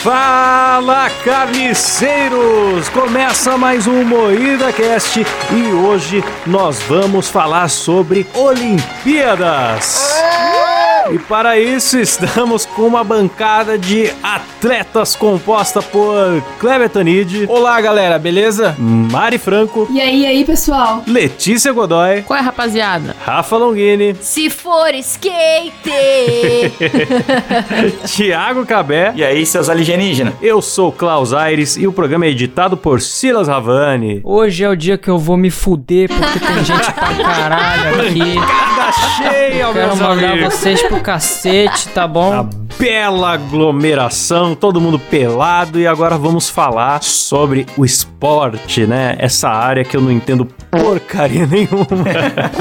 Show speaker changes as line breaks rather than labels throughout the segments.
Fala carniceiros! Começa mais um Moída Cast e hoje nós vamos falar sobre Olimpíadas. E para isso estamos com uma bancada de atletas composta por Kleber Tanide,
Olá, galera, beleza?
Mari Franco,
E aí, e aí, pessoal?
Letícia Godoy,
Qual é, rapaziada?
Rafa Longini,
Se for skate!
Thiago Cabé.
E aí, seus alienígenas?
Eu sou Klaus Aires e o programa é editado por Silas Ravani.
Hoje é o dia que eu vou me fuder, porque tem gente pra caralho aqui.
Tá cheia,
Quero
meus
mandar
amigos.
vocês pro cacete, tá
Uma
bom?
bela aglomeração, todo mundo pelado e agora vamos falar sobre o esporte, né? Essa área que eu não entendo porcaria nenhuma.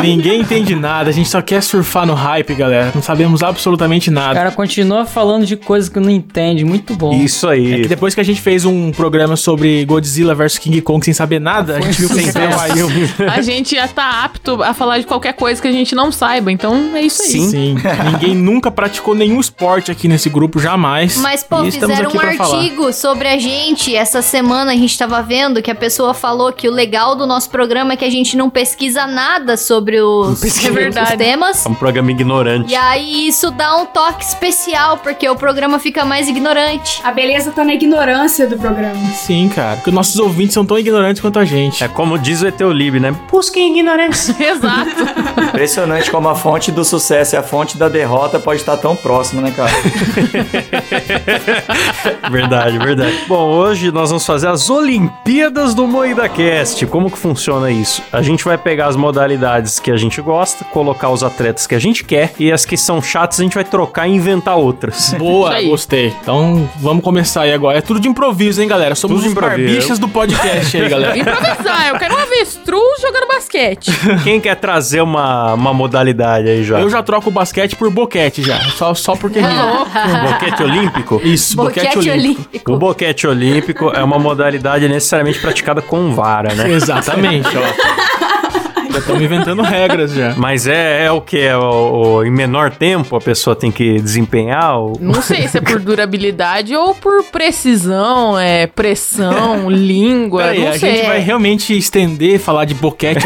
Ninguém entende nada, a gente só quer surfar no hype, galera. Não sabemos absolutamente
O
nada.
cara continua falando de coisa que não entende, muito bom.
Isso
É que
aí.
depois que a gente fez um programa sobre Godzilla vs King Kong sem saber nada, a gente viu que é tem
sucesso.
aí eu vi.
A gente já tá apto a falar de qualquer coisa que a gente não saiba, então é isso aí.
Sim. Ninguém nunca praticou nenhum esporte aqui nesse grupo, jamais.
Mas, pô,
E estamos
fizeram
aqui
um
pra falar.
artigo sobre a gente. Essa semana a gente tava vendo que a pessoa falou que o legal do nosso programa é que a gente não pesquisa nada sobre os,
pesquisa.
os
É verdade.
temas.
É um programa ignorante.
E aí isso dá um toque especial, porque o programa fica mais ignorante.
A beleza tá na ignorância do programa.
Sim, cara. Porque nossos ouvintes são tão ignorantes quanto a gente.
É como diz o Eteu Lib, né? Busquem ignorância.
Exato.
Impressionante como a fonte do sucesso e a fonte da derrota pode estar tão próxima, né, cara?
verdade, verdade. Bom, hoje nós vamos fazer as Olimpíadas do Moída Cast. Como que funciona isso? A gente vai pegar as modalidades que a gente gosta, colocar os atletas que a gente quer e as que são chatas a gente vai trocar e inventar outras.
Boa,
Isso aí.
gostei. Então, vamos começar aí agora. É tudo de improviso, hein, galera? Somos
Tudo de
os
improviso.
barbichas do podcast aí, galera.
Improvisar, eu quero um avestruz jogando basquete.
Quem quer trazer uma, uma modalidade aí já?
Eu já troco o basquete por boquete já. Só, só porque...
O Um boquete olímpico?
Isso, boquete,
Boquete
olímpico.
O
olímpico.
boquete olímpico é uma modalidade necessariamente praticada com vara, né?
Exatamente, ó. Já estamos inventando regras já.
Mas é, é o que? É o, o- em menor tempo a pessoa tem que desempenhar? O...
Não sei se é por durabilidade ou por precisão, é pressão, língua,
Peraí,
não
a
sei.
gente vai realmente estender, falar de boquete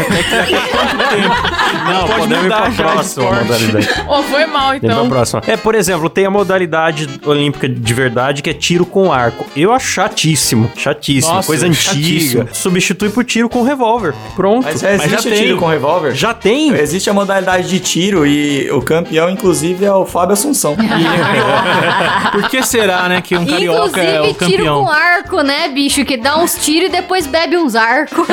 até que daqui a pouco tempo.
Não,
pode
podemos ir
mudar
pra
já de
próxima
esporte.
modalidade.
Ô, foi mal
Vem pra
então.
próxima. É, por exemplo, tem a modalidade olímpica de verdade que é tiro com arco. Eu acho chatíssimo. Chatíssimo.
Nossa,
coisa antiga.
chatíssimo.
Substitui por tiro com revólver. Pronto.
Mas já existe
Mas já tem.
tiro com revólver?
Já tem.
Existe a modalidade de tiro e o campeão, inclusive, é o Fábio Assunção.
Por que será, né, que um carioca é o
Inclusive, tiro
campeão?
com arco, né, bicho? Que dá uns tiros e depois bebe uns arcos.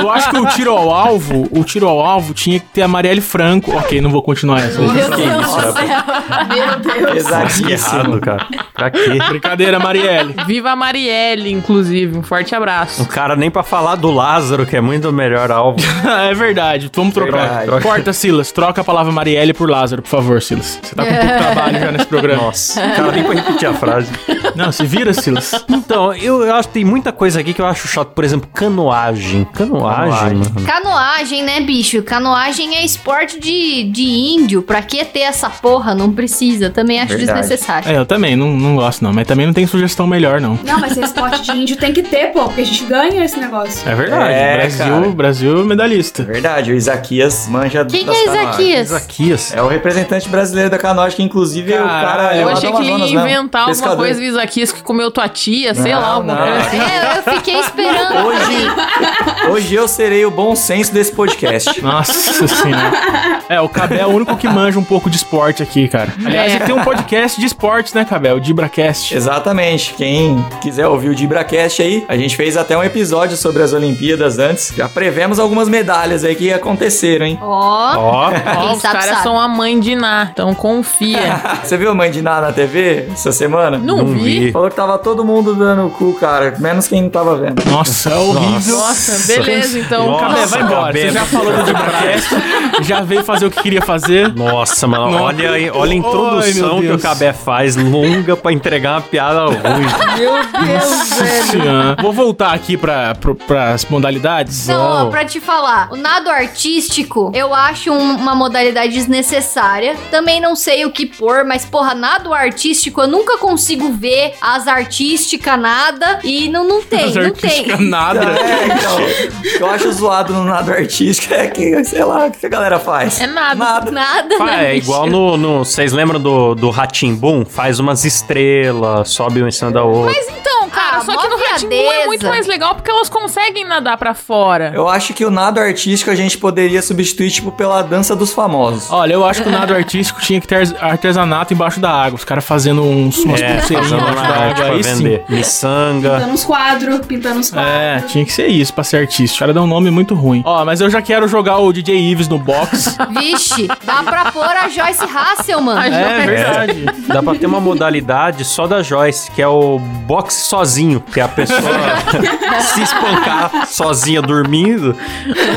Eu acho que o tiro ao alvo, o tiro ao alvo tinha que ter a Marielle Franco. Ok, não vou continuar essa.
Uhum.
Nossa,
Meu Deus.
que errado,
Pesadíssimo.
cara. Pra quê?
Brincadeira, Marielle.
Viva a Marielle, inclusive. Um forte
O
abraço.
cara nem pra falar do Lázaro, que é muito melhor alvo.
é verdade, vamos trocar.
Verdade.
Corta, Silas. Troca a palavra Marielle por Lázaro, por favor, Silas. Você tá com
É.
pouco trabalho já nesse programa.
Nossa, o cara nem pra repetir a frase.
Não, se vira, Silas.
Então, eu, eu acho que tem muita coisa aqui que eu acho chato. Por exemplo, canoagem. Canoagem,
Canoagem.
mano.
Canoagem, né, bicho? Canoagem é esporte de, de índio. Pra que ter essa porra? Não precisa. Também acho
Verdade.
desnecessário.
É, eu também, não, não gosto não, mas também não tem sugestão melhor não.
Não, mas esse esporte de índio tem que ter, pô, porque a gente ganha esse negócio.
É verdade,
É,
Brasil,
cara.
Brasil medalhista.
É Verdade, o Isaquias manja
Quem que
das
é
canoas.
Isaquias?
Isaquias.
É o representante brasileiro da canoagem, que inclusive o
Caralho.
cara é
eu
lá do
achei que ele
Amazonas
ia
mesmo,
inventar alguma
pescador.
coisa Visa Kiss que comeu tua tia, sei
Não,
lá, alguma
não.
coisa assim.
É, eu fiquei esperando.
Hoje, hoje eu serei o bom senso desse podcast.
Nossa senhora. É, o Cabé é o único que manja um pouco de esporte aqui, cara. Aliás,
É.
ele tem um podcast de esportes, né, Cabé? O Dibracast.
Exatamente. Quem quiser ouvir o DibraCast aí, a gente fez até um episódio sobre as Olimpíadas antes. Já prevemos algumas medalhas aí que aconteceram, hein?
Ó,
Ó,
Ó,
Quem
os
sabe,
caras
sabe.
são a mãe de Ná, então confia.
Você viu a mãe de Ná na TV essa semana?
Ah. Não,
não
vi.
vi.
Falou que tava todo mundo dando o cu, cara. Menos quem não tava vendo.
Nossa, é horrível.
Nossa, beleza, então.
Nossa.
Cabé, vai embora.
Cabé.
Você já falou do Dibracast, já veio fazer o que queria fazer.
Nossa, mano,
Nossa.
olha, aí- olha a
Ai,
introdução
meu
que o
Deus.
Cabé faz, longa pra entregar uma piada ruim.
Meu Deus, velho.
Luciano. Vou voltar aqui pra, pro- pras modalidades.
Não, ó, pra te falar, o nado artístico eu acho um- uma modalidade desnecessária. Também não sei o que pôr, mas porra, nado artístico eu nunca consigo ver as artísticas nada e não, não tem,
As
não
artísticas,
tem.
Ah,
Nada.
É, então, o que eu acho zoado no nado artístico é que, sei lá, o que a galera faz?
É nada.
Nada,
Fa-
né,
É
bicho?
igual no. no- Vocês lembram do, do Ratimbum? Faz umas estrelas, sobe um em cima da outra.
Mas então, cara,
Ah,
só
mó
que no Ratimbu é muito
viadeza.
mais legal porque elas conseguem nadar pra fora.
Eu acho que o nado artístico a gente poderia substituir, tipo, pela dança dos famosos.
Olha, eu acho que o nado artístico tinha que ter ars- artesanato embaixo da água. Os caras fazendo uns, umas
É,
pulseirinhas
fazendo
embaixo
uma
da
arte
água.
pra
Aí sim.
vender. Miçanga.
Pintando uns quadros, pintando
É,
uns quadros.
tinha que ser isso pra ser artista. O cara dá um nome muito ruim. Ó, mas eu já quero jogar o DJ Ives no box.
Vixe, dá pra pôr a Joyce Hasselman.
A
é verdade.
Dá pra ter uma modalidade só da Joyce, que é o boxe sozinho, que é a pessoa se espancar sozinha dormindo,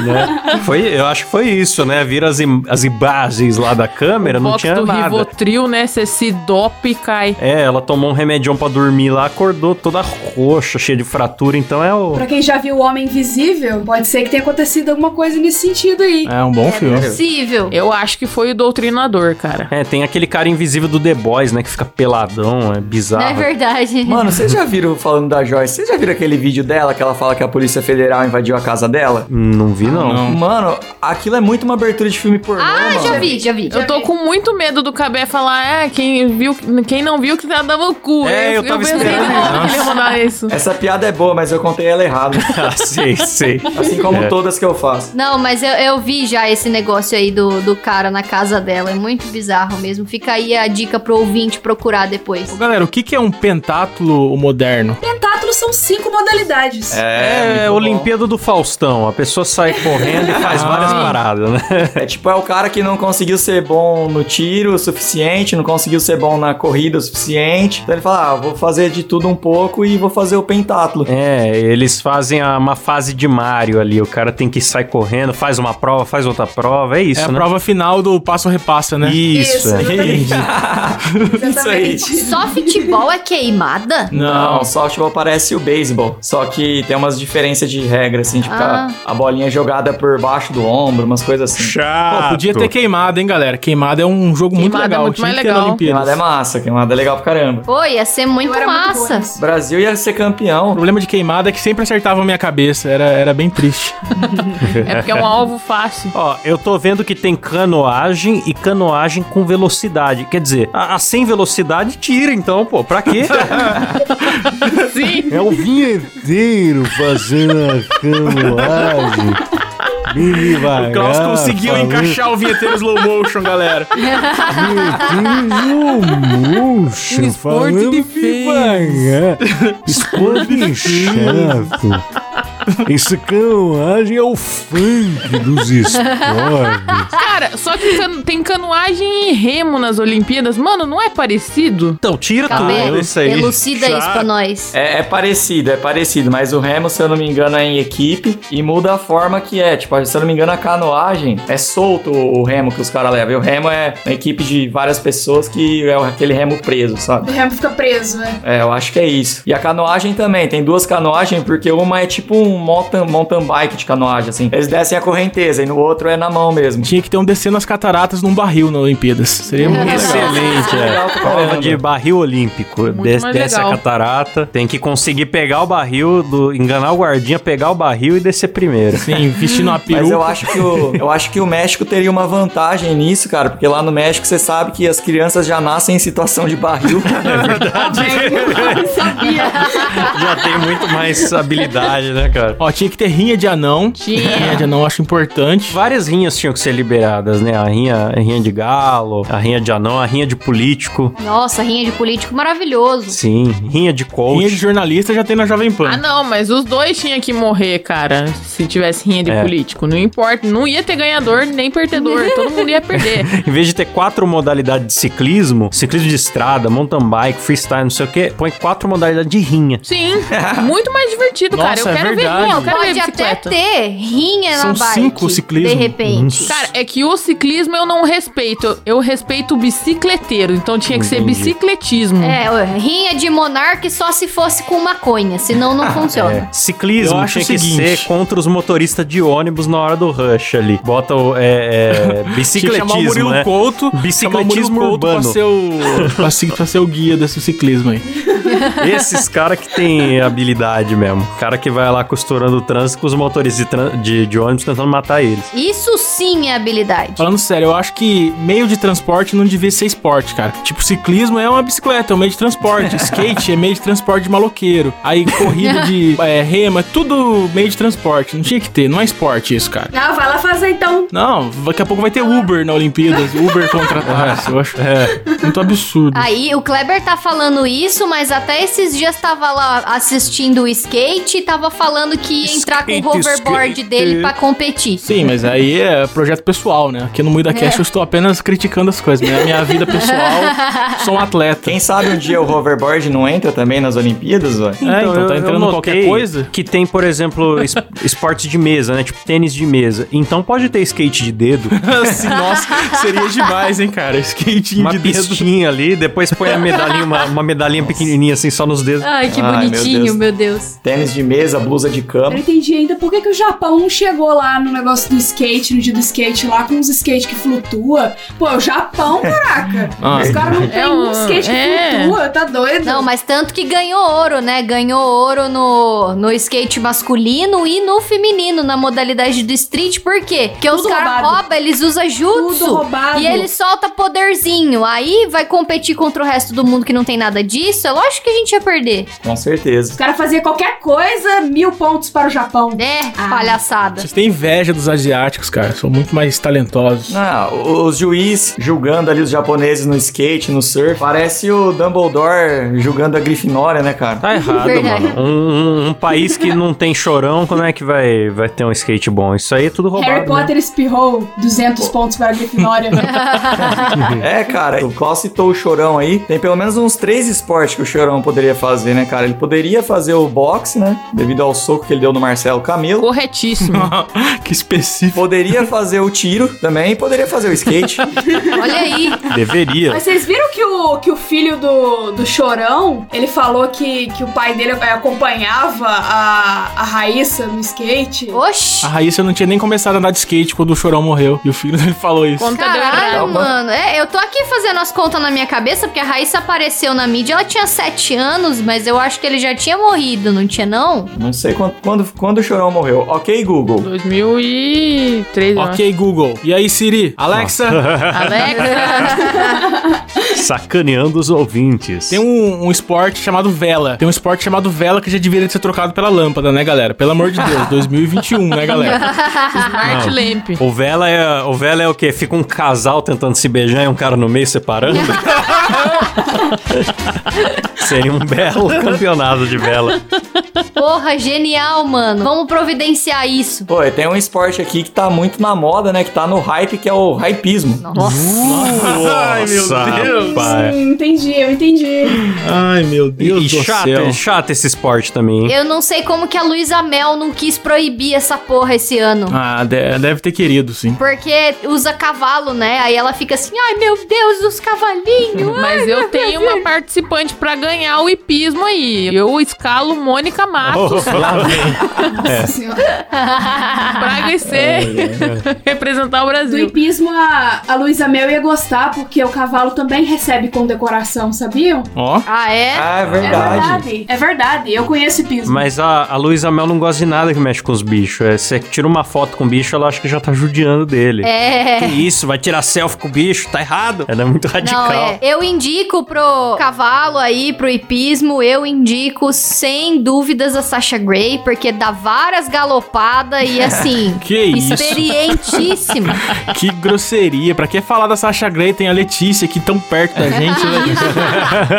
né? Foi, eu acho que foi isso, né? Vira as, im- as imagens lá da câmera, não
Box
tinha
do
nada.
Rivotril, né? Você se dopa e cai.
É, ela tomou um remedião pra dormir lá, acordou toda roxa, cheia de fratura, então é o...
Pra quem já viu O Homem Invisível, pode ser que tenha acontecido alguma coisa nesse sentido aí.
É um bom filme.
né?
Possível.
Eu acho que foi o doutrinador, cara.
É, tem aquele cara invisível do The Boys, né? Que fica peladão, é
Não é
bizarro.
verdade.
Mano, vocês já viram, falando da Joyce, vocês já viram aquele vídeo dela que ela fala que a Polícia Federal invadiu a casa dela?
Não vi,
Ah,
não.
Mano, aquilo é muito uma abertura de filme pornô,
Ah,
mano.
já vi, já vi. já
Eu tô
vi.
com muito medo do Cabé falar, é, quem viu, quem não viu que tá dando o cu.
É, eu tava
pensei
esperando
na hora que ele ia mandar isso.
Essa piada é boa, mas eu contei ela errada.
Ah, sei, sei.
Assim como
É.
todas que eu faço.
Não, mas eu, eu vi já esse negócio aí do, do cara na casa dela. É muito bizarro mesmo. Fica aí a dica pro ouvinte procurar depois.
Ô, galera, o que, que é um pentátulo moderno?
Pentátulos são cinco modalidades.
É,
muito bom.
Olimpíada do Faustão. A pessoa sai correndo e faz
Ah.
várias paradas, né?
É tipo, é o cara que não conseguiu ser bom no tiro o suficiente, não conseguiu ser bom na corrida o suficiente. Então ele fala, ah, vou fazer de tudo um pouco e vou fazer o pentátulo.
É, eles fazem a- uma fase de Mario ali. O cara tem que sair correndo, faz uma prova, faz outra prova. É isso,
é a
né?
prova final do passo-repassa, né?
Isso, é.
exatamente.
Isso
Exatamente.
Só futebol é queimada?
Não, softball parece o beisebol, só que tem umas diferenças de regra, assim, tipo,
Ah.
a, a bolinha é jogada por baixo do ombro, umas coisas assim.
Chato.
Pô, podia ter queimada, hein, galera? Queimada é um jogo muito
Queimada é
legal.
muito
Tinha
mais
que ter na
legal.
Queimada é
Olimpíadas.
massa, queimada é legal pra caramba.
Pô, ia ser muito
Eu era muito boa
massa.
nisso.
O Brasil ia ser
O
campeão.
problema de queimada é que sempre acertava a minha cabeça. Era, era bem triste.
É porque é um alvo fácil.
Ó, eu tô vendo que tem canoagem e canoagem com velocidade. Quer dizer, a, a sem velocidade tira, então, pô. Pra quê?
Sim.
é o vinheteiro fazendo a canoagem.
o Klaus
É,
conseguiu encaixar o vinheteiro slow motion, galera.
Motion, falando devagar. Esporte chato. Esse canoagem é o funk dos esportes.
Cara, só que can- tem canoagem e remo nas Olimpíadas. Mano, não é parecido?
Então, tira
Cabelo,
tudo isso aí.
elucida isso pra nós.
É, é parecido, é parecido, mas o remo, se eu não me engano, é em equipe e muda a forma que é. Tipo, se eu não me engano, a canoagem é solto o o remo que os caras levam. E o remo é uma equipe de várias pessoas que é aquele remo preso, sabe?
O Remo fica preso, né?
É, eu acho que é isso. E a canoagem também, tem duas canoagens, porque uma é tipo um mountain, mountain bike de canoagem, assim. Eles descem a correnteza e no outro é na mão mesmo.
Tinha que ter um descendo as cataratas num baril na Olimpíadas. Seria muito legal.
Excelente, é.
Legal pra
Prova
caramba.
de barril olímpico.
Muito
Des-
mais
desce a
legal.
catarata. Tem que conseguir pegar o barril, do, enganar o guardinha, pegar o barril e descer primeiro.
Sim, assim, vestindo uma peruca.
Mas eu acho, que o, eu acho que o México teria uma vantagem nisso, cara, porque lá no México você sabe que as crianças já nascem em situação de barril.
É
Já tem muito mais habilidade, né, cara?
Ó, tinha que ter rinha de anão.
Tinha.
Rinha de anão eu acho importante.
Várias rinhas tinham que ser liberadas, né? A rinha, a rinha de galo, a rinha de anão, a rinha de político.
Nossa, rinha de político maravilhoso.
Sim, rinha de coach.
Rinha de jornalista já tem na Jovem Pan.
Ah, não, mas os dois tinham que morrer, cara. Se tivesse rinha de
É.
político. Não importa. Não ia ter ganhador nem perdedor. todo mundo ia perder.
Em vez de ter quatro modalidades de ciclismo, ciclismo de estrada, mountain bike, freestyle, não sei o quê, põe quatro modalidades de rinha.
Sim. Muito mais divertido, cara.
Nossa,
Eu
é
quero
verdade.
Não,
Não,
cara,
pode
minha
até
bicicleta.
ter rinha na
São
bike.
cinco ciclismo.
De repente.
Cara, é que o ciclismo eu não respeito. Eu- Eu respeito o bicicleteiro, então tinha que ser
Entendi.
bicicletismo.
É, ué, rinha de monarca só se fosse com maconha, senão não funciona.
Ciclismo
Eu acho
tinha
o
que
seguinte.
ser contra os motoristas de ônibus na hora do rush ali. Bota o é, é,
chamar o
bicicletismo,
Murilo
né?
Couto, chamar o Murilo
Bicicletismo
Couto
urbano.
pra ser o pra, se- pra ser o guia desse ciclismo aí.
Esses caras que tem habilidade mesmo. Cara que vai lá costurando o trânsito com os motores de, tran- de- de ônibus tentando matar eles.
Isso sim é habilidade.
Falando sério, eu acho que meio de transporte não devia ser esporte, cara. Tipo, ciclismo é uma bicicleta, é um meio de transporte. Skate é meio de transporte de maloqueiro. Aí corrida de é, rema, tudo meio de transporte. Não tinha que ter, não é esporte isso, cara.
Ah, vai lá fazer então.
Não, daqui a pouco vai ter Uber na Olimpíadas. Uber contratar, eu acho. É, muito absurdo.
Aí o Kleber tá falando isso, mas até esses dias tava lá assistindo o skate e tava falando que ia entrar com o
Skate,
hoverboard
skate.
dele pra competir.
Sim, mas aí é projeto pessoal, né? Aqui no Muida Cast eu estou apenas criticando as coisas. né? Minha, minha vida pessoal, sou um atleta.
Quem sabe um dia o hoverboard não entra também nas Olimpíadas, velho?
É, então, tá entrando
notei
qualquer coisa.
Que tem, por exemplo, es- esporte de mesa, né? Tipo tênis de mesa. Então pode ter skate de dedo,
Assim, nossa, seria demais, hein, cara? Skating
uma
de dedo.
pistinha ali, depois põe a medalhinha, uma, uma medalhinha pequenininha assim só nos dedos.
Ai, que
Ai, meu
bonitinho,
Deus.
meu Deus.
Tênis de mesa, blusa de
Eu não
cama.
entendi ainda por que, que o Japão chegou lá no negócio do skate, no dia do skate, lá com uns skate que flutua. Pô, é o Japão, caraca.
Ah,
Os caras não tem um
um-
skate que
é.
flutua, tá doido?
Não, mas tanto que ganhou ouro, né? Ganhou ouro no, no skate masculino e no feminino, na modalidade do street. Por quê? Porque os
Tudo
caras
roubado.
roubam, eles usam jutsu.
Tudo roubado.
E ele solta poderzinho. Aí vai competir contra o resto do mundo que não tem nada disso. É lógico que a gente ia perder.
Com
Os
certeza.
caras faziam qualquer coisa, mil pontos para o Japão.
É,
Ah.
palhaçada.
Vocês têm inveja dos asiáticos, cara. São muito mais talentosos.
Não, os juiz julgando ali os japoneses no skate, no surf. Parece o Dumbledore julgando a Grifinória, né, cara?
Tá errado,
Verdade.
mano. Um, um- um país que não tem chorão, como é que vai, vai ter um skate bom? Isso aí é tudo roubado.
Harry
né?
Potter espirrou 200 pontos para a Grifinória.
É, cara, o Klaus citou o Chorão aí. Tem pelo menos uns três esportes que o Chorão poderia fazer, né, cara? Ele poderia fazer o boxe, né? Devido ao soco que ele deu no Marcelo Camelo.
Corretíssimo.
Ah, que específico.
Poderia fazer o tiro também e poderia fazer o skate.
Olha aí.
Deveria.
Mas vocês viram que o, que o filho do, do Chorão, ele falou que, que o pai dele eh, acompanhava a, a Raíssa no skate?
Oxi.
A Raíssa não tinha nem começado a andar de skate quando o Chorão morreu. E o filho dele falou isso.
Conta deu
Caralho,
errado.
mano. É, eu tô aqui fazendo as contas na minha cabeça, porque a Raíssa apareceu na mídia, ela tinha 7 anos, mas eu acho que ele já tinha morrido, não tinha, não?
Não sei quando, quando, quando o Chorão morreu. Ok, Google.
2003, eu acho.
Ok, Google. E aí, Siri? Alexa,
Alexa.
Sacaneando os ouvintes.
Tem um, um esporte chamado vela. Tem um esporte chamado vela que já deveria ser trocado pela lâmpada, né, galera? Pelo amor de Deus, 2021, né, galera?
Smart Lamp.
O Vela, é, o Vela é o quê? Fica um casal tentando se beijar e um cara no meio separando? Seria um belo campeonato de Vela.
Porra, genial, mano. Vamos providenciar isso.
Pô, e tem um esporte aqui que tá muito na moda, né? Que tá no hype, que é o hypismo.
Nossa.
Ai, meu Deus.
Hum, entendi, eu entendi.
Ai, meu Deus
E
do
chato,
céu.
é chato esse esporte também, hein?
Eu não sei como que a Luísa Mel não quis proibir essa porra esse ano.
Ah, de- deve ter querido, sim.
Porque usa cavalo, né? Aí ela fica assim, ai meu Deus, os cavalinhos.
Mas eu tenho uma participante pra ganhar o hipismo aí. Eu escalo Mônica Matos
É.
Nossa Senhora.
pra vencer, representar o
Do
Brasil.
hipismo, a, a Luísa Mel ia gostar, porque o cavalo também recebe condecoração, sabiam?
Ó.
Ah, é?
Ah, é
É
verdade.
verdade, é verdade. Eu conheço hipismo.
Mas a, a Luísa Mel não gosta de nada que mexe com os bichos. É, você tira uma foto com o bicho, ela acha que já tá judiando dele.
É.
Que isso, vai tirar selfie com o bicho, tá errado. Ela é muito radical.
Não, é. Eu indico pro cavalo aí, pro hipismo, eu indico sem dúvidas a Sasha Grey, porque dá várias galopadas e assim.
Que isso?
experientíssima.
Que grosseria. Pra que falar da Sasha Grey? Tem a Letícia aqui tão perto da gente. Né?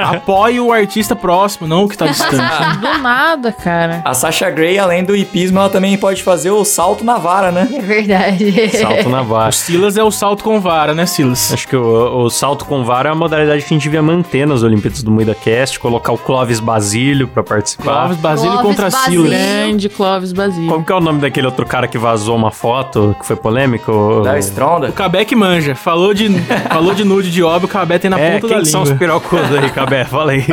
Apoie o artista próximo, não o que tá distante.
Do nada, cara.
A Sasha Grey, além do hipismo, ela também pode fazer o salto na vara, né?
É verdade.
Salto na
O
vara.
Silas é o salto com vara, né, Silas?
Acho que o, o salto com vara é uma modalidade que a gente devia manter nas Olimpíadas do MoídaCast, colocar o Clóvis Basílio pra participar.
Clóvis Basílio
Clóvis
contra
Basílio.
Silas.
Grande Clóvis Basílio.
Como que é o nome daquele outro cara que vazou uma foto que foi polêmico?
Da Stronda.
O Cabé manja. Falou de, falou de nude de óbvio, o Cabé tem na
é,
ponta
quem
da
são os
língua.
pirocudos aí, Cabé? Fala aí.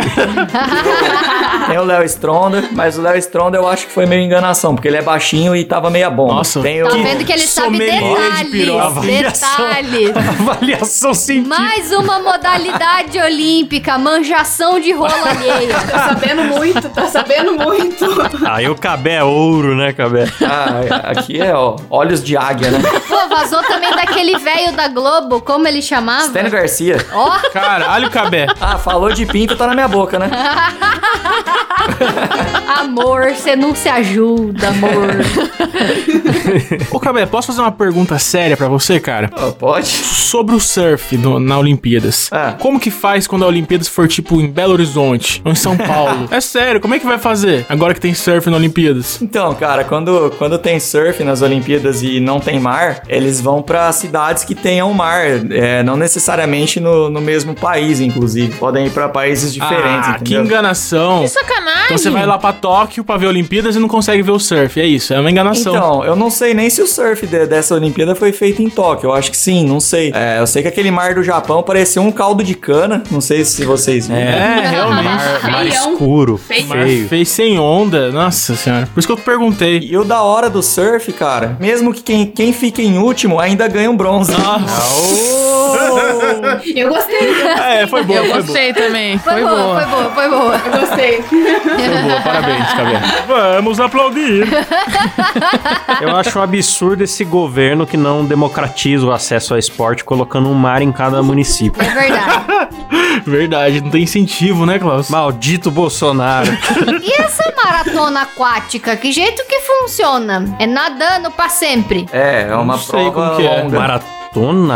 Tem o Léo Stronda, mas o Léo Stronda eu acho que foi meio enganação, porque ele é baixinho e tava meia bomba.
Nossa.
Tem
Tá
o...
vendo que ele sabe
sommelier de
detalhes,
piroca.
detalhes.
Avaliação científica.
Mais uma modalidade olímpica, manjação de rola alheia.
Tá sabendo muito, tá sabendo muito.
Aí o Cabé é ouro, né, Cabé?
Ah, aqui é, ó, olhos de águia, né?
Pô, vazou também daquele velho da Globo, como ele chamava?
Stênio Garcia.
Ó,
Caralho, Cabé.
Ah, falou de pinto, tá na minha boca, né?
amor, você não se ajuda, amor.
Ô, Cabé, posso fazer uma pergunta séria pra você, cara?
Ó, pode.
Sobre o surf no- na Olimpíadas.
Ah.
Como que faz quando a Olimpíadas for, tipo, em Belo Horizonte ou em São Paulo? é sério, como é que vai fazer agora que tem surf na Olimpíadas?
Então, cara, quando, quando tem surf nas Olimpíadas e não tem mar, eles vão pra cidades que tenham mar. É, não necessariamente no, no mesmo país, inclusive. Podem ir pra países diferentes,
ah, que
entendeu?
enganação.
Que sacanagem.
Então você vai lá pra Tóquio pra ver a Olimpíadas e não consegue ver o surf. É isso, é uma enganação.
Então, eu não sei nem se o surf de- dessa Olimpíada foi feito em Tóquio. Eu acho que sim, não sei. É, eu sei que aquele mar do Japão parecia um caldo de cana. Não sei se vocês viram.
é, realmente.
Mar
Feião.
um
escuro,
Feio.
Mar
feio.
fez sem onda. Nossa senhora. Por isso que eu perguntei.
E o da hora do surf, cara, mesmo que quem, quem fica em último ainda ganha um bronze.
Ah.
Eu gostei,
É, foi bom,
Eu
foi bom.
gostei também. Foi, boa.
foi boa, foi boa.
eu gostei.
Foi boa, parabéns, Cabé. Vamos aplaudir.
Eu acho um absurdo esse governo que não democratiza o acesso ao esporte colocando um mar em cada município.
É verdade.
Verdade, não tem incentivo, né, Klaus?
Maldito Bolsonaro.
E essa maratona aquática, que jeito que funciona? É nadando pra sempre.
É, é uma
Não sei
prova
como que é.
longa.
Maratona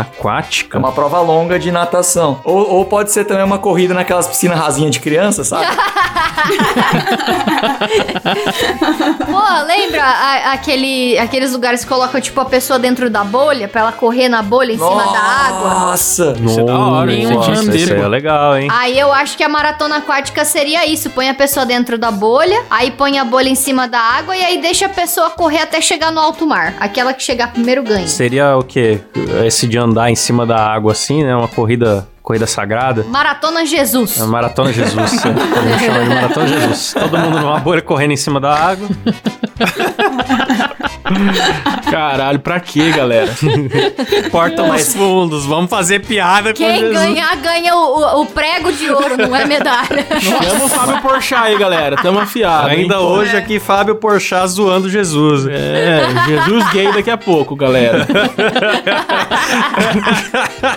É
aquática?
uma prova longa de natação. Ou, ou pode ser também uma corrida naquelas piscinas rasinhas de criança, sabe?
Pô, lembra a- aquele, aqueles lugares que colocam, tipo, a pessoa dentro da bolha pra ela correr na bolha em cima da água?
Nossa!
Isso é da hora, hein?
Nossa,
Incentivo
isso aí
dele,
é
pô.
legal, hein?
Aí eu acho que a maratona aquática seria isso: põe a pessoa dentro da bolha, aí põe a bolha em cima da água e aí deixa a pessoa correr até chegar no alto mar. Aquela que chegar primeiro ganha.
Seria o quê? Esse de andar em cima da água assim, né? Uma corrida, corrida sagrada.
Maratona Jesus.
É Maratona Jesus. né? Todo mundo chama de Maratona Jesus. Todo mundo numa bolha correndo em cima da água.
Caralho, pra quê, galera?
Porta mais fundos. Vamos fazer piada com
Quem
Jesus.
ganhar, ganha o, o- o prego de ouro, não é medalha.
Chama o Fábio Porchat aí, galera. Tamo afiado. hein?
Ainda hoje aqui, Fábio Porchat zoando Jesus.
É, Jesus gay daqui a pouco, galera.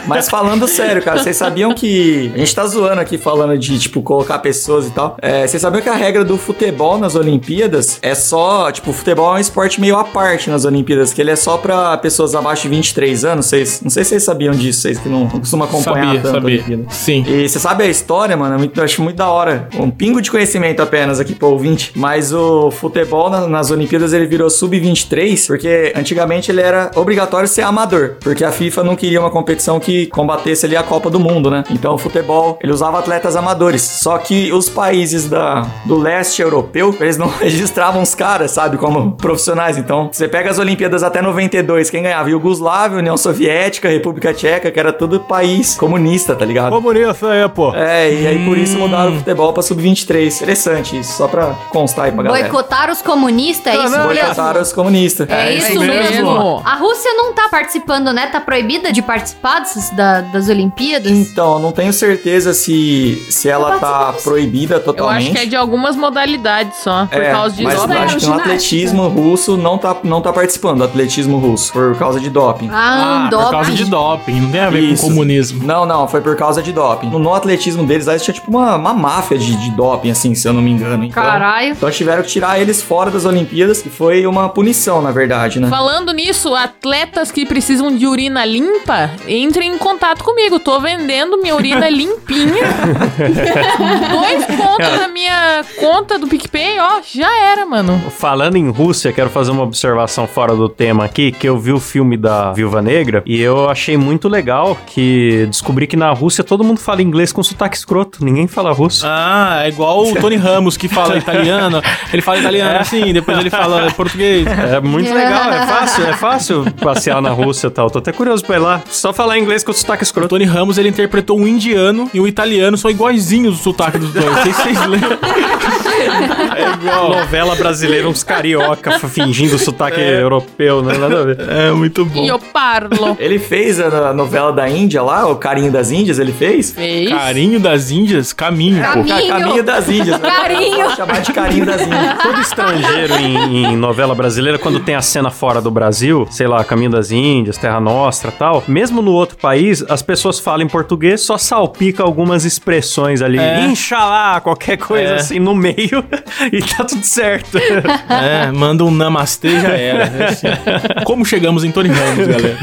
Mas falando sério, cara, vocês sabiam que. A gente tá zoando aqui falando de, tipo, colocar pessoas e tal. É, vocês sabiam que a regra do futebol nas Olimpíadas é só. Tipo, o futebol é um esporte meio à parte nas Olimpíadas, que ele é só pra pessoas abaixo de 23 anos. Vocês, não sei se vocês sabiam disso, vocês que não, não costumam acompanhar
sabia,
tanto a
sabia.
Olimpíada.
Sim.
E você sabe a história, mano? É muito- Eu acho muito da hora. Um pingo de conhecimento apenas aqui pro ouvinte. Mas o futebol na- nas Olimpíadas ele virou sub-23, porque antigamente ele era obrigatório ser amador. Porque a FIFA não queria uma competição que combatesse ali a Copa do Mundo, né? Então o futebol, ele usava atletas amadores. Só que os países da, do leste europeu, eles não registravam os caras, sabe? Como profissionais. Então você pega as Olimpíadas até 92, quem ganhava? Yugoslávia, União Soviética, República Tcheca, que era tudo país comunista, tá ligado?
bonito aí, pô.
É, e aí por isso mudaram o futebol pra sub-23. Interessante isso, só pra constar aí pra galera.
Boicotar os comunistas, é isso
Boicotaram
mesmo?
os comunistas.
É isso mesmo. A Rússia não tá participando, né? Tá proibida de participar dessas- da- das Olimpíadas.
Então, não tenho certeza se, se ela tá proibida
Eu acho que
totalmente.
é de algumas modalidades só. Por
É,
causa né? de
mas eu
doping.
acho que no
Ginástica.
atletismo russo não tá, não tá participando, atletismo russo, por causa de doping.
Ah, um
Ah, por causa de
doping.
doping. Não tem a ver
Isso.
com comunismo.
Não, não, foi por causa de doping. No, no atletismo deles, lá tinha tipo uma, uma máfia de, de doping, assim, se eu não me engano. Então,
Caralho.
então tiveram que tirar eles fora das Olimpíadas, e foi uma punição, na verdade, né?
Falando nisso, atletas que precisam de urina limpa, entrem em contato comigo. Tô vendendo minha urina limpinha. Dois pontos na minha conta do PicPay, ó, já era, mano.
Falando em Rússia, quero fazer uma observação fora do tema aqui, que eu vi o filme da Viúva Negra e eu achei muito legal que descobri que na Rússia todo mundo fala inglês com sotaque escroto, ninguém fala russo.
Ah, é igual o Tony Ramos que fala italiano. Ele fala italiano assim, depois ele fala português.
É muito legal, é fácil, é fácil passear na Rússia e tal. Tô até curioso pra ir lá. Só falar inglês com sotaque
O
escroto.
Tony Ramos ele interpretou um indiano e um italiano, são iguaizinhos o sotaque dos dois. Vocês, vocês lembram?
É igual novela brasileira, uns carioca fingindo sotaque europeu, né? Nada a ver.
É muito
E eu parlo.
Ele fez a novela da Índia lá, o Carinho das Índias, ele fez?
Fez?
Carinho das Índias, caminho, pô.
Caminho.
Caminho das Índias. né?
Carinho.
Vou Chamar de Carinho das Índias.
Todo estrangeiro em, em novela brasileira, quando tem a cena fora do Brasil, sei lá, Caminho das Índias, Terra Nostra tal, mesmo no outro país, as pessoas falam em português, só salpica algumas expressões ali.
É.
Inxalá, qualquer coisa
É.
assim no meio, e tá tudo certo.
É, manda um namastê já era. né, assim. Como chegamos em Tony Ramos, galera?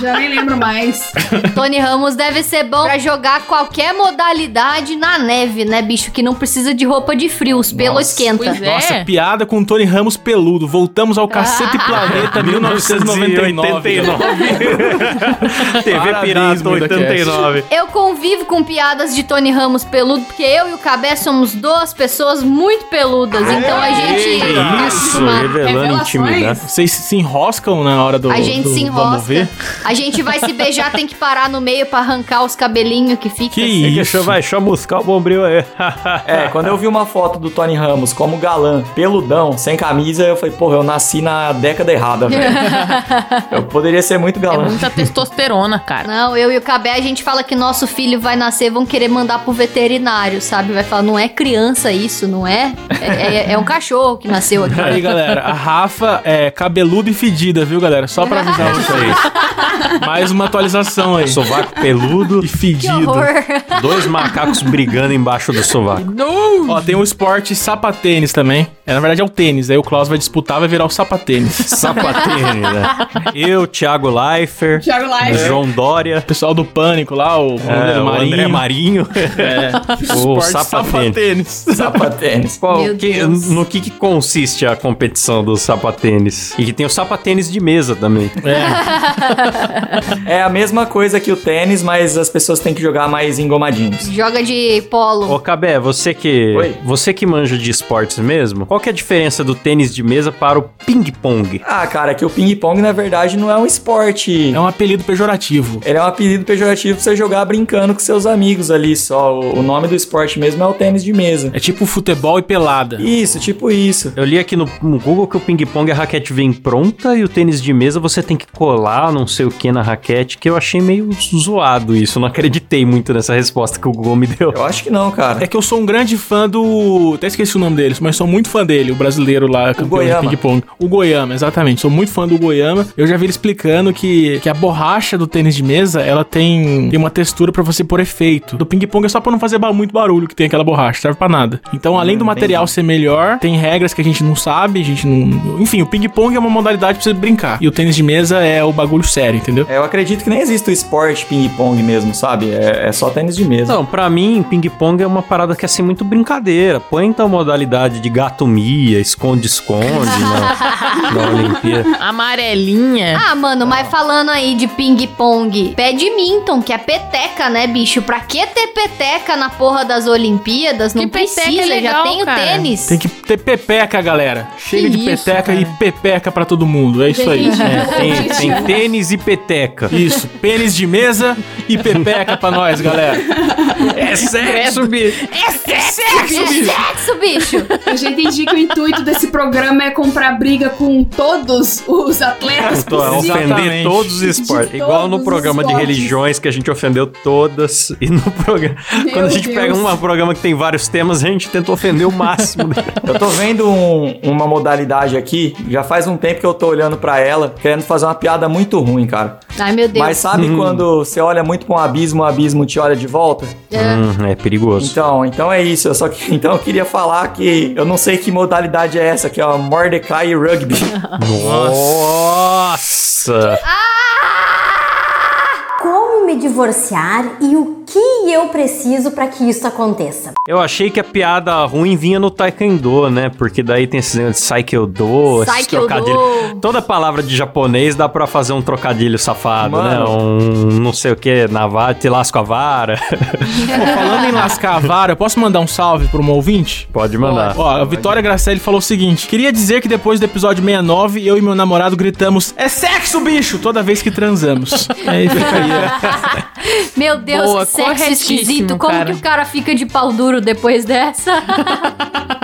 Já nem lembro mais.
Tony Ramos deve ser bom pra jogar qualquer modalidade na neve, né, bicho? Que não precisa de roupa de frio, os pelos esquenta.
Pois é.
Nossa, piada com Tony Ramos peludo. Voltamos ao Cacete Planeta 1999.
1989. TV
Parabéns,
Pirata
Buda
89.
Eu convivo com piadas de Tony Ramos peludo, porque eu e o Cabé somos duas pessoas muito peludas. então a gente. tá
é Isso,
acostumado.
revelando
Revelações?
intimidade.
Vocês se enroscam na hora do.
A gente
do
se
Vamos ver?
enrosca. A gente vai se beijar, tem que parar no meio pra arrancar os cabelinhos que fica. assim.
Que
É que
isso?
vai, deixa eu buscar o bombril aí.
É, quando eu vi uma foto do Tony Ramos como galã, peludão, sem camisa, eu falei, porra, eu nasci na década errada, velho. Eu poderia ser muito
É
galã.
muita testosterona, cara.
Não, eu e o Cabé, a gente fala que nosso filho vai nascer, vão querer mandar pro veterinário, sabe? Vai falar, não é criança isso, não é? É, é- é um cachorro que nasceu aqui.
Aí, galera, a Rafa é cabeluda e fedida, viu, galera? Só pra avisar vocês. Mais uma atualização aí.
Sovaco peludo
E
Que
fedido.
horror.
Dois macacos brigando embaixo do sovaco.
Ó, tem o esporte sapatênis também. É, na verdade é o tênis. Aí o Klaus vai disputar, vai virar o sapatênis.
Sapatini, né? Eu, Thiago Leifert,
Thiago
É.
Live.
João Dória,
O pessoal do Pânico lá, o
é,
Ronaldo
o André
Marinho.
Marinho, É. o
Esporte
Sapatênis.
Sapatênis.
Qual-
Meu
que-
Deus.
no que, que consiste a competição do sapatênis? E que tem o sapatênis de mesa também.
É a mesma coisa que o tênis, mas as pessoas têm que jogar mais engomadinhos.
Joga de polo.
Ô, Cabé, você que
Oi.
você que manja de esportes mesmo, qual que é a diferença do tênis de mesa para o ping-pong?
Ah, cara, que o ping-pong, na verdade, não é um esporte.
É um apelido pejorativo.
Ele é um apelido pejorativo pra você jogar brincando com seus amigos ali só. O o nome do esporte mesmo é o tênis de mesa.
É tipo futebol e pelada.
Isso, tipo isso.
Eu li aqui no, no Google que o ping-pong a raquete vem pronta e o tênis de mesa você tem que colar não sei o que na raquete, que eu achei meio zoado isso. Eu não acreditei muito nessa resposta que o Google me deu.
Eu acho que não, cara.
É que eu sou um grande fã do. Até esqueci o nome deles, mas sou muito fã dele, o brasileiro lá, campeão de
Goiama.
ping-pong. O Goiama, exatamente. Sou muito fã do Goiama. Eu já vi ele explicando que, que a borracha do tênis de mesa, ela tem, tem uma textura pra você pôr efeito. Do ping-pong é só pra não fazer ba- muito barulho que tem aquela borracha, serve pra nada. Então, além do material ser melhor, tem regras que a gente não sabe, a gente não. Enfim, o ping-pong é uma modalidade pra você brincar. E o tênis de mesa é o bagulho sério, entendeu?
É, Eu acredito que nem existe o esporte ping-pong mesmo, sabe? É, é só tênis de mesa.
Não, pra mim, ping-pong é uma parada que é assim muito brincadeira. Põe então modalidade de gatomia, esconde-esconde na, na Olimpíada.
Amarelinha.
Ah, mano, mas falando aí de ping-pong, badminton, que é peteca, né, bicho? Pra que ter peteca na porra das Olimpíadas? Não
Que peteca
precisa,
é legal,
já tem
cara.
o tênis.
Tem que ter pepeca, galera. Chega
Que
de
isso,
peteca
cara.
e pepeca pra todo mundo. É isso aí.
Gente,
É, tem, tem tênis e peteca.
Isso, pênis de mesa e pepeca pra nós, galera.
É sexo, bicho.
É sexo, bicho!
É.
Eu já entendi que o intuito desse programa é comprar briga com todos os atletas
Tô a
Sim.
possíveis.
ofender
Exatamente.
todos os
De
esportes.
todos
Igual no
os
programa de
esportes.
religiões que a gente ofendeu todas. E no programa.
Meu
Quando a gente
Deus.
pega um programa que tem vários temas, a gente tenta ofender o máximo. né?
Eu tô vendo um- uma modalidade aqui, já faz um tempo que eu tô olhando pra ela, querendo fazer uma piada muito ruim, cara.
Ai, meu Deus.
Mas sabe quando você olha muito pra um abismo, o abismo te olha de volta?
É.
Hum, é perigoso.
Então, então é isso. Eu só que, então eu queria falar que eu não sei que modalidade é essa, que é o Mordecai e Rugby.
Nossa!
Como me divorciar e o que eu preciso para que isso aconteça?
Eu achei que a piada ruim vinha no Taekwondo, né? Porque daí tem esses negócios de Saikyodo, esses trocadilhos.
Saikyodo.
Toda palavra de japonês dá pra fazer um trocadilho safado, né?
Mano.
Um não sei o que, na vara, te lasco a vara.
Falando em lascar a vara, eu posso mandar um salve pra uma ouvinte?
Pode mandar.
Ó, a Vitória Gracelli falou o seguinte: Queria dizer que depois do episódio 69, eu e meu namorado gritamos: É sexo, bicho! toda vez que transamos. É Aí fica aí.
Meu Deus,
Boa,
que sexo
corretíssimo,
esquisito. Como
cara.
que o cara fica de pau duro depois dessa?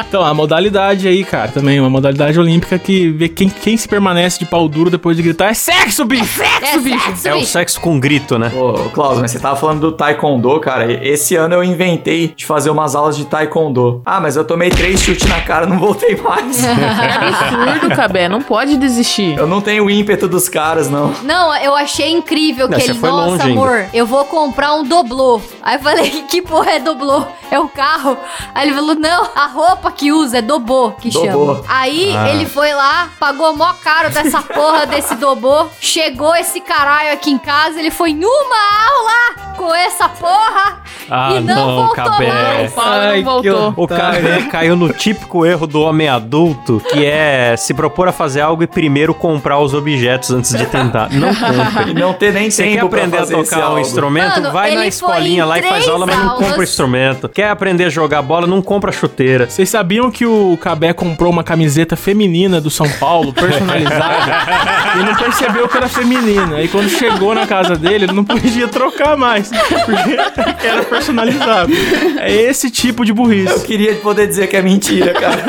Então, a modalidade aí, cara, também, uma modalidade olímpica que vê quem, quem se permanece de pau duro depois de gritar: É sexo, bicho!
é sexo,
É o
bicho.
sexo com grito, né?
Ô, Klaus, mas você tava falando do Taekwondo, cara. E- Esse ano eu inventei de fazer umas aulas de Taekwondo. Ah, mas eu tomei três chutes na cara, não voltei mais.
É Absurdo, Cabé. Não pode desistir.
eu não tenho o ímpeto dos caras, não.
Não, eu achei incrível
Não,
que
você
ele,
foi longe
nossa,
ainda."
amor, eu vou comprar um doblô. Aí eu falei, que porra é doblô? É um carro? Aí ele falou, não, a roupa que usa é dobô, que
Dobô.
chama. Aí
Ah.
ele foi lá, pagou mó caro dessa porra desse dobô, chegou esse caralho aqui em casa, ele foi em uma aula com essa porra
Ah,
e não,
não,
voltou
Cabé.
mais.
Paulo não voltou.
O cara caiu no típico erro do homem adulto, que é se propor a fazer algo e primeiro comprar os objetos antes de tentar. Não compre.
E não ter nem
Você quer
tempo pra
aprender a
fazer esse
tocar um
álbum.
instrumento?
Mano,
Vai
ele
na
foi
escolinha
em
lá e faz
três
aula, mas não
aulas.
compra o instrumento. Quer aprender a jogar bola? Não compra chuteira.
Vocês sabiam que o Cabé comprou uma camiseta feminina do São Paulo, personalizada, e não percebeu que era feminina. E quando chegou na casa dele, ele não podia trocar mais, porque era personalizado. É esse tipo de
Eu
burrice.
queria poder dizer que é mentira, cara.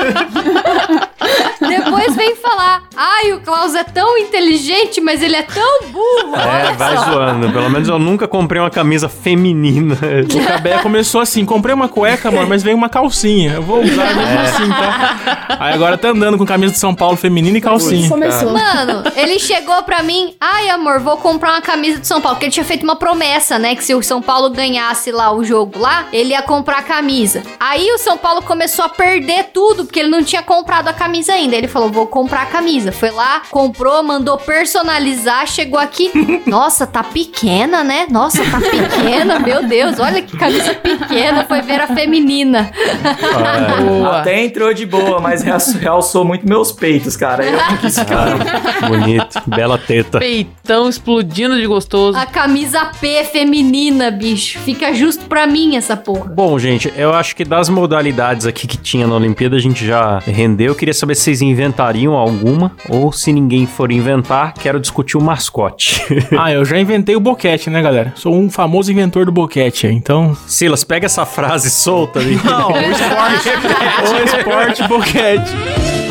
Depois vem falar, ai, o Klaus é tão inteligente, mas ele é tão burro.
É,
olha
vai
só.
zoando. Pelo menos eu nunca comprei uma camisa feminina. Tipo,
O Cabé começou assim, comprei uma cueca, amor, mas veio uma calcinha. Eu vou usar mesmo assim, tá? Aí agora tá andando com camisa de São Paulo feminina e calcinha.
Começou.
Mano, ele chegou pra mim, ai amor, vou comprar uma camisa do São Paulo, porque ele tinha feito uma promessa, né, que se o São Paulo ganhasse lá o jogo lá, ele ia comprar a camisa. Aí o São Paulo começou a perder tudo, porque ele não tinha comprado a camisa ainda. Ele falou, vou comprar a camisa. Foi lá, comprou, mandou personalizar, chegou aqui, nossa, tá pequena, né? Nossa, tá pequena, meu Deus, olha que camisa pequena, foi ver a feminina.
ah,
Boa.
Até entrou de boa, mas realçou- realçou muito meus peitos, cara. Eu não quis ficar.
é Bonito. Bela teta.
Peitão explodindo de gostoso.
A camisa P feminina, bicho. Fica justo pra mim essa porra.
Bom, gente, eu acho que das modalidades aqui que tinha na Olimpíada, a gente já rendeu. Eu queria saber se vocês inventariam alguma, ou se ninguém for inventar, quero discutir o mascote.
Ah, eu já inventei o boquete, né, galera? Sou um famoso inventor do boquete, então...
Silas, pega essa frase solta ali.
Não, o esporte. o esporte boquete.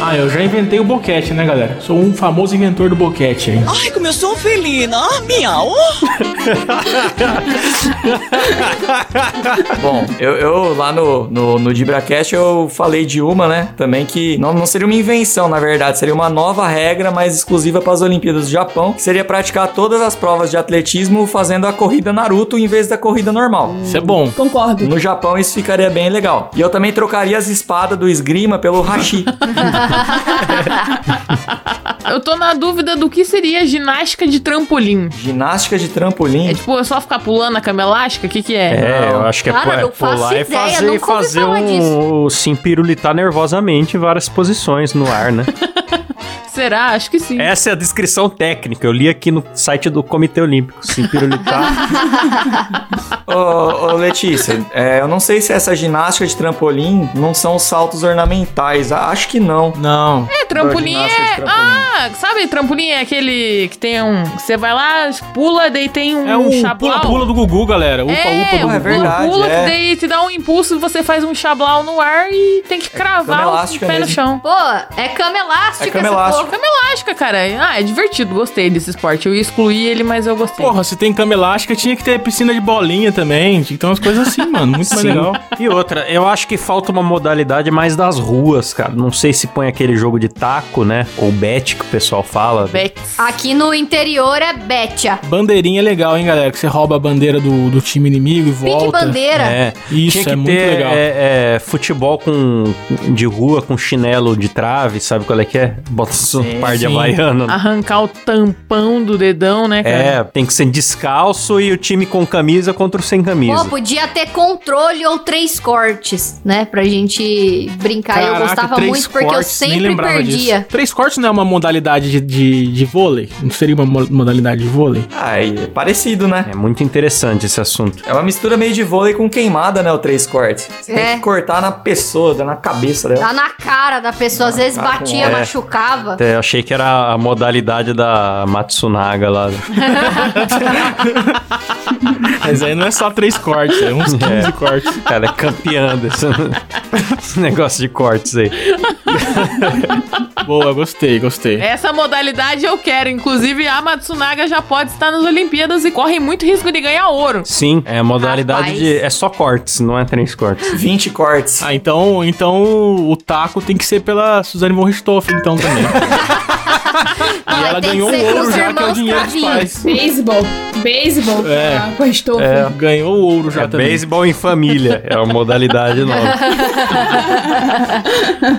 Ah, eu já inventei o boquete, né, galera? Sou um famoso inventor do boquete, hein?
Ai, como eu sou felina! Ah, miau!
Bom, eu, eu lá no, no, no DibraCast eu falei de uma, né? Também que não, não seria uma invenção, na verdade. Seria uma nova regra, mas exclusiva para as Olimpíadas do Japão. Que seria praticar todas as provas de atletismo fazendo a corrida Naruto em vez da corrida normal.
Hum.
Isso é bom.
Concordo.
No Japão isso ficaria bem legal. E eu também trocaria as espadas do esgrima pelo hashi.
Eu tô na dúvida do que seria ginástica de trampolim.
Ginástica de
É
trampolim.
tipo, é só ficar pulando a cama elástica? O que que é?
É, eu acho que é,
Cara,
pu- é
não faço
pular e
ideia,
fazer, e
nunca ouvi
fazer
falar
um. se empirulitar nervosamente em várias posições no ar, né?
Será? Acho que sim.
Essa é a descrição técnica. Eu li aqui no site do Comitê Olímpico. Se empirulitar.
Ô, ô Letícia, é, eu não sei se essa ginástica de trampolim não são os saltos ornamentais. Ah, Acho que não.
Não.
É, trampolim
Ginástica de
é.
trampolim.
Ah, sabe, trampolim é aquele que tem um. Você vai lá, pula, daí tem um
É o
chablau.
pula-pula do Gugu, galera. Upa,
é,
upa
é
o
do Gugu.
verdade,
pula,
é.
que daí te dá um impulso, você faz um chablau no ar e tem que cravar
cama
o
elástica
pé no
mesmo.
chão.
Pô, é cama elástica
É cama
essa
elástica.
porra.
Cama elástica, cara. Ah, é divertido, gostei desse esporte. Eu ia excluir ele, mas eu gostei.
Porra, se tem cama elástica, tinha que ter piscina de bolinha também. Tinha que ter umas coisas assim, mano. Muito mais
Sim.
legal.
E outra, eu acho que falta uma modalidade mais das ruas, cara. Não sei se põe aquele jogo de taco, né? Ou bet que o pessoal fala.
Bex.
Aqui no interior é Betia.
Bandeirinha é legal, hein, galera? Que você rouba a bandeira do, do time inimigo e
Pique
volta.
bandeira.
É,
Isso,
tinha que
é muito
ter
legal.
é, é, futebol com de rua com chinelo de trave, sabe qual é que é? Bota os Isso, par de
sim. Ah,
havaiano.
Arrancar o tampão do dedão, né, cara?
É, tem que ser descalço e o time com camisa contra o sem camisa.
Pô, podia ter controle ou três cortes, né? Pra gente brincar. eu gostava
três
muito porque eu
cortes, nem
sempre
lembrava
perdia.
disso. Três cortes não é uma modalidade de, de, de vôlei? Não seria uma mo- modalidade de vôlei?
Ah, e é parecido, né?
É muito interessante esse assunto.
É uma mistura meio de vôlei com queimada, né? O três cortes. Você
É.
tem que cortar na pessoa, na cabeça dela.
Tá na cara da pessoa, às vezes
tá com-
batia,
é.
machucava.
Até achei que era a modalidade da Matsunaga lá.
Mas aí não é só três cortes, é uns 15
É.
cortes.
Cara, é campeã desse esse negócio de cortes aí.
É. Boa, gostei, gostei.
É.
Essa modalidade eu quero. Inclusive, a Matsunaga já pode estar nas Olimpíadas e corre muito risco de ganhar ouro.
Sim, é a modalidade
Rapaz.
de. É só cortes, não é três cortes.
20 cortes.
Ah, então, então o taco tem que ser pela Suzane von Richthofen, então, também.
Ah,
e ela
tem que
ganhou
ser
o
com
ouro
os
já, que é o
irmãos
dinheiro dos
Travinho.
pais.
Beisebol. Beisebol.
É.
Ah, com a estofa.
Ganhou o ouro já
É
também.
beisebol em família, é uma modalidade nova.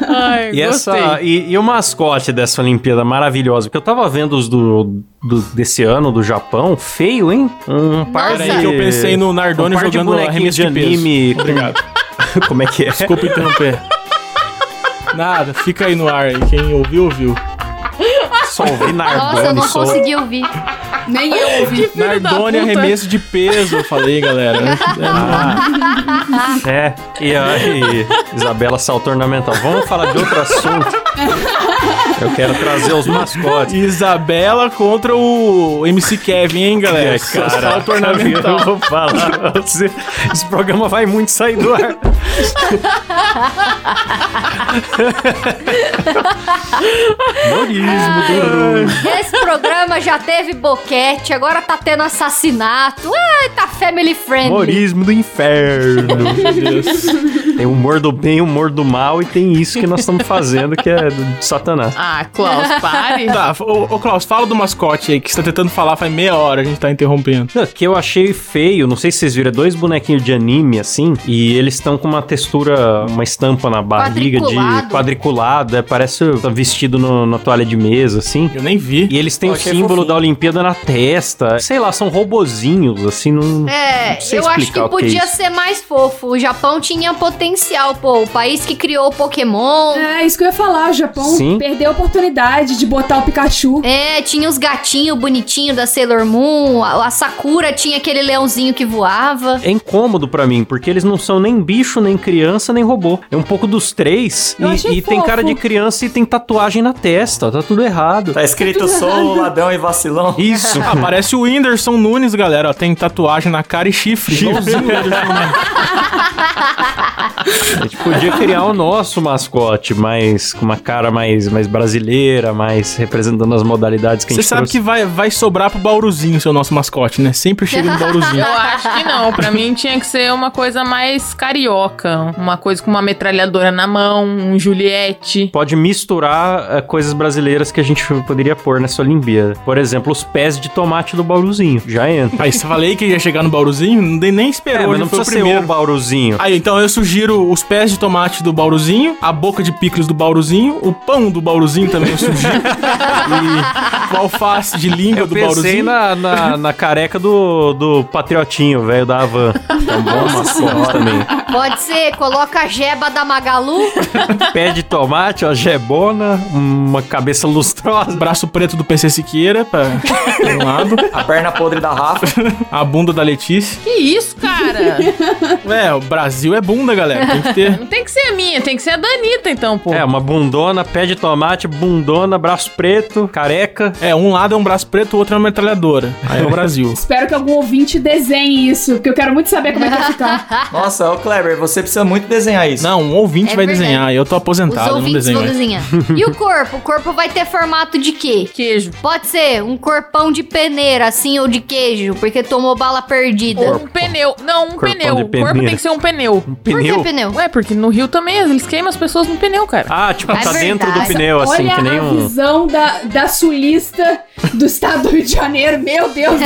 Ai,
E,
gostei.
essa, e, e o mascote dessa Olimpíada maravilhosa, porque eu tava vendo os do, do- desse ano do Japão, feio, hein? Um par
Nossa.
de...
Peraí, que eu pensei no Nardone
um par de
jogando
bonequinho
arremesso
de
de peso.
anime.
Obrigado.
Como é que é?
Desculpa interromper. Nada, fica aí no ar aí. Quem ouviu, ouviu.
Só ouvi Ah, Nardone.
Nossa, eu não
só.
consegui ouvir.
Nem eu ouvi.
Filho da
Nardone
puta.
arremesso de peso, eu falei, galera.
É, e aí, Isabela salto ornamental. Vamos falar de outro assunto. Eu quero trazer os mascotes.
Isabela contra o MC Kevin, hein, galera?
É,
Salto
Eu
ornamental.
vou falar. pra você. Esse programa vai muito sair do ar. Humorismo, durou.
Esse programa já teve boquete, agora tá tendo assassinato. Ai, tá family friendly.
Humorismo do inferno.
Meu Deus.
Tem humor do bem, humor do mal, e tem isso que nós estamos fazendo, que é do Satanás.
Ah, Klaus, pare.
Tá, ô, ô Klaus, fala do mascote aí, que você tá tentando falar faz meia hora, a gente tá interrompendo.
Não, que eu achei feio, não sei se vocês viram, é dois bonequinhos de anime assim, e eles estão com uma textura, uma estampa na barriga de
Quadriculado.
quadriculado, é, parece tá vestido no- na toalha de mesa assim.
Eu nem vi.
E eles têm
Eu
o
achei
símbolo
fofinho.
da Olimpíada na testa. Sei lá, são robozinhos, assim, não.
É,
Não sei
eu acho
explicar
que
o que é
podia
isso.
ser mais fofo. O Japão tinha potencial, pô. O país que criou o Pokémon.
É, isso que eu ia falar. O Japão
Sim.
perdeu a oportunidade de botar o Pikachu.
É, tinha os gatinhos bonitinhos da Sailor Moon. A, a Sakura tinha aquele leãozinho que voava.
É incômodo pra mim, porque eles não são nem bicho, nem criança, nem robô. É um pouco dos três.
Eu
e
achei
e tem
fofo. É.
cara de criança e tem tatuagem na testa. Tá tudo errado.
Tá escrito sou ladrão e vacilão.
Isso.
Ah, parece o Whindersson Nunes, galera. Ó, tem tatuagem na cara e chifre. Igualzinho o Whindersson
é?
Nunes.
A gente podia criar o nosso mascote, mas com uma cara mais, mais brasileira, mais representando as modalidades que a
Você
gente
sabe que
trouxe.
vai, vai sobrar pro Bauruzinho, seu nosso mascote, né? Sempre chega no Bauruzinho.
Eu acho que não. Pra mim tinha que ser uma coisa mais carioca. Uma coisa com uma metralhadora na mão, um Juliette.
Pode misturar eh, coisas brasileiras que a gente poderia pôr nessa Olimpíada. Por exemplo, os pés de tomate do Bauruzinho. Já entra.
Aí você falei que ia chegar no Bauruzinho, não dei- nem esperou,
É, mas
já
não
foi o
precisa ser
primeiro.
o Bauruzinho.
Aí, então eu sugiro os pés de tomate do Bauruzinho, a boca de picles do Bauruzinho, o pão do Bauruzinho também eu sugiro. e o alface de língua
Ah, Eu
do
pensei
Bauruzinho.
na, na, na careca do, do Patriotinho, velho, da Havan. É um bom mascote também.
Pode ser, coloca a jeba da Magalu.
Pé de tomate, uma gebona, uma cabeça lustrosa.
Braço preto do PC Siqueira, pra pra um lado.
A perna podre da Rafa.
A bunda da Letícia.
Que isso, cara?
É, o Brasil é bunda, galera. Tem que ter.
Não tem que ser a minha, tem que ser a da Anitta, então, pô.
É, uma bundona, pé de tomate, bundona, braço preto, careca.
É, um lado é um braço preto, o outro é uma metralhadora. Aí é o Brasil.
Espero que algum ouvinte desenhe isso, porque eu quero muito saber como é que vai ficar.
Nossa, ô Kleber, você precisa muito desenhar isso.
Não, um ouvinte
É
vai
verdade.
desenhar. Eu tô
Tá,
Os
aposentado, eu não
ouvintes
desenho.
vão
mais.
desenhar. E o corpo? O corpo vai ter formato de quê?
Queijo.
Pode ser um corpão de peneira, assim, ou de queijo, porque tomou bala perdida.
Ou um pneu. Não, um
Corpão
pneu.
de
O corpo
peneira.
tem que ser um pneu.
Por que
Pneu?
pneu?
Ué, porque no Rio também eles queimam as pessoas no pneu, cara.
Ah, tipo,
É
tá dentro do
verdade.
pneu, assim,
Olha
que nem
a
um.
visão da, da sulista do estado do Rio de Janeiro. Meu Deus do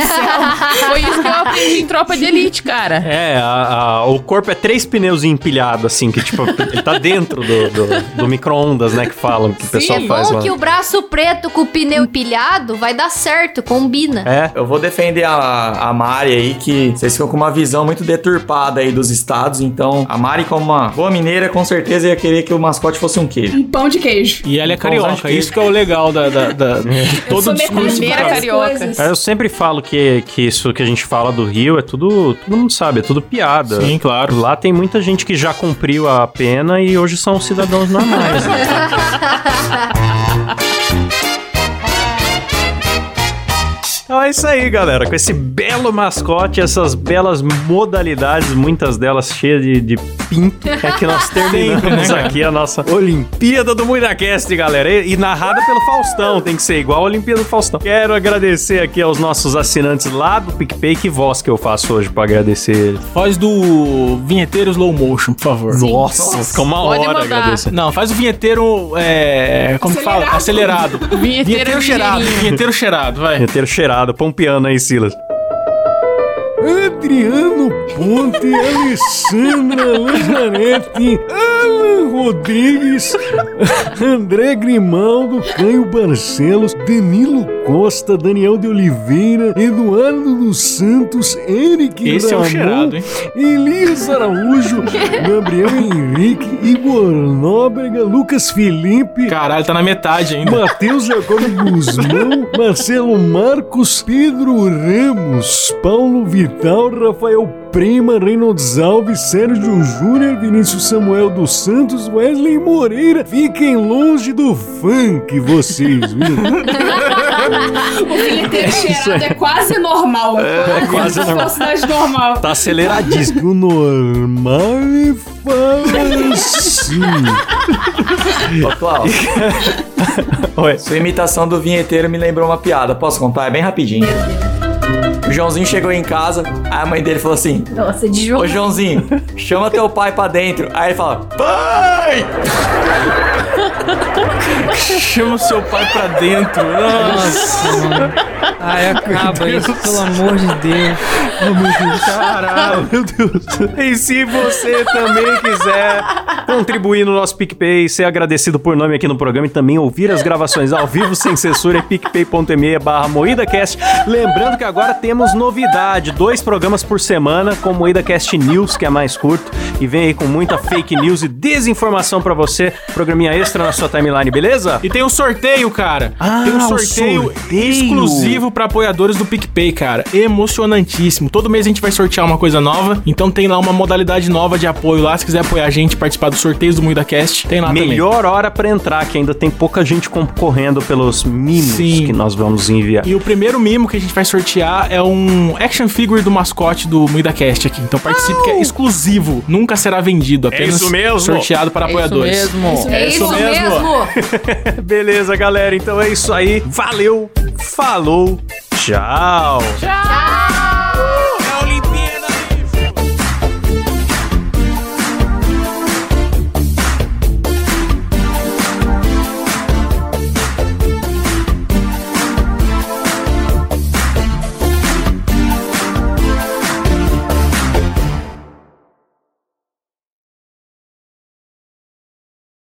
céu.
Foi isso que eu aprendi em tropa de elite, cara.
É, a- a- o corpo é três pneus pneus empilhados, assim, que tipo, ele tá dentro do, do, do micro-ondas, né? Que falam que o pessoal
é
faz
bom
lá.
que o braço preto com o pneu empilhado vai dar certo, combina.
É.
Eu vou defender a, a Mari aí, que vocês ficam com uma visão muito deturpada aí dos estados. Então, a Mari, como uma boa mineira, com certeza ia querer que o mascote fosse um queijo.
Um pão de queijo.
E ela é
Um pãozão de
carioca,
queijo.
isso que é o legal da, da- da- de todo o
sou
discurso. do
metade
Mineira
cara.
várias
carioca.
coisas.
É, Eu sempre falo que, que isso que a gente fala do Rio é tudo. Todo mundo sabe, é tudo piada.
Sim, claro.
Lá tem muita gente que já cumpriu a pena e hoje são cidadãos normais. Então é isso aí, galera. Com esse belo mascote, essas belas modalidades, muitas delas cheias de, de pinto, é que nós terminamos aqui a nossa Olimpíada do MuidaCast, galera. E, e narrada pelo Faustão, tem que ser igual a Olimpíada do Faustão. Quero agradecer aqui aos nossos assinantes lá do PicPay. Que voz que eu faço hoje pra agradecer eles?
Faz do vinheteiro slow motion, por favor.
Nossa, ficou uma
Pode
hora
mandar.
agradecer.
Não, faz o vinheteiro, é... Como que fala? Acelerado.
Vinheteiro
cheirado.
ligeirinho.
Vinheteiro cheirado, vai.
Inteiro cheirado, põe um piano aí, Silas.
Adriano Ponte, Alessandra Lanzaretti, Alan Rodrigues, André Grimaldo, Caio Barcelos, Danilo Costa, Daniel de Oliveira, Eduardo dos Santos, Eric
Esse é o
Ramon,
cheirado, hein?
Elias Araújo, Gabriel Henrique, Igor Nóbrega, Lucas Felipe,
Caralho, tá na metade ainda.
Matheus Jacob Guzmão, Marcelo Marcos, Pedro Ramos, Paulo Vital, Rafael Prima, Reynolds Alves, Sérgio Júnior, Vinícius Samuel dos Santos, Wesley Moreira. Fiquem longe do funk, vocês, viu?
O fileteiro cheirado é quase normal. É,
quase normal.
Velocidade normal.
Tá acelerado.
Diz que o normal é fácil.
Ô, Klaus,
Oi.
sua imitação do vinheteiro me lembrou uma piada. Posso contar? É bem rapidinho. O Joãozinho chegou em casa, aí a mãe dele falou assim:
Nossa, de jogo.
Ô Joãozinho, chama teu pai pra dentro. Aí ele fala: Pai!
Chama o seu pai pra dentro. Nossa,
Mano. Ai, acaba isso, pelo amor de Deus.
Caralho, meu Deus. E se você também quiser contribuir no nosso PicPay, ser agradecido por nome aqui no programa e também ouvir as gravações ao vivo sem censura é picpay.me barra MoídaCast. Lembrando que agora temos novidade, dois programas por semana com MoídaCast News, que é mais curto, e vem aí com muita fake news e desinformação pra você. Programinha extra na sua timeline, beleza?
E tem um sorteio, cara.
Ah,
tem um
o
sorteio,
sorteio.
exclusivo pra apoiadores do PicPay, cara. Emocionantíssimo. Todo mês a gente vai sortear uma coisa nova. Então tem lá uma modalidade nova de apoio lá. Se quiser apoiar a gente, participar dos sorteios do MuidaCast, tem lá também.
Melhor hora pra entrar, que ainda tem pouca gente concorrendo pelos mimos
Sim.
que nós vamos enviar.
E o primeiro mimo que a gente vai sortear é um action figure do mascote do MuidaCast aqui. Então participe, que é exclusivo. Nunca será vendido. Apenas
É isso mesmo.
sorteado para
É isso
apoiadores.
mesmo.
É isso mesmo.
Beleza, galera. Então é isso aí. Valeu, falou, tchau.
Tchau.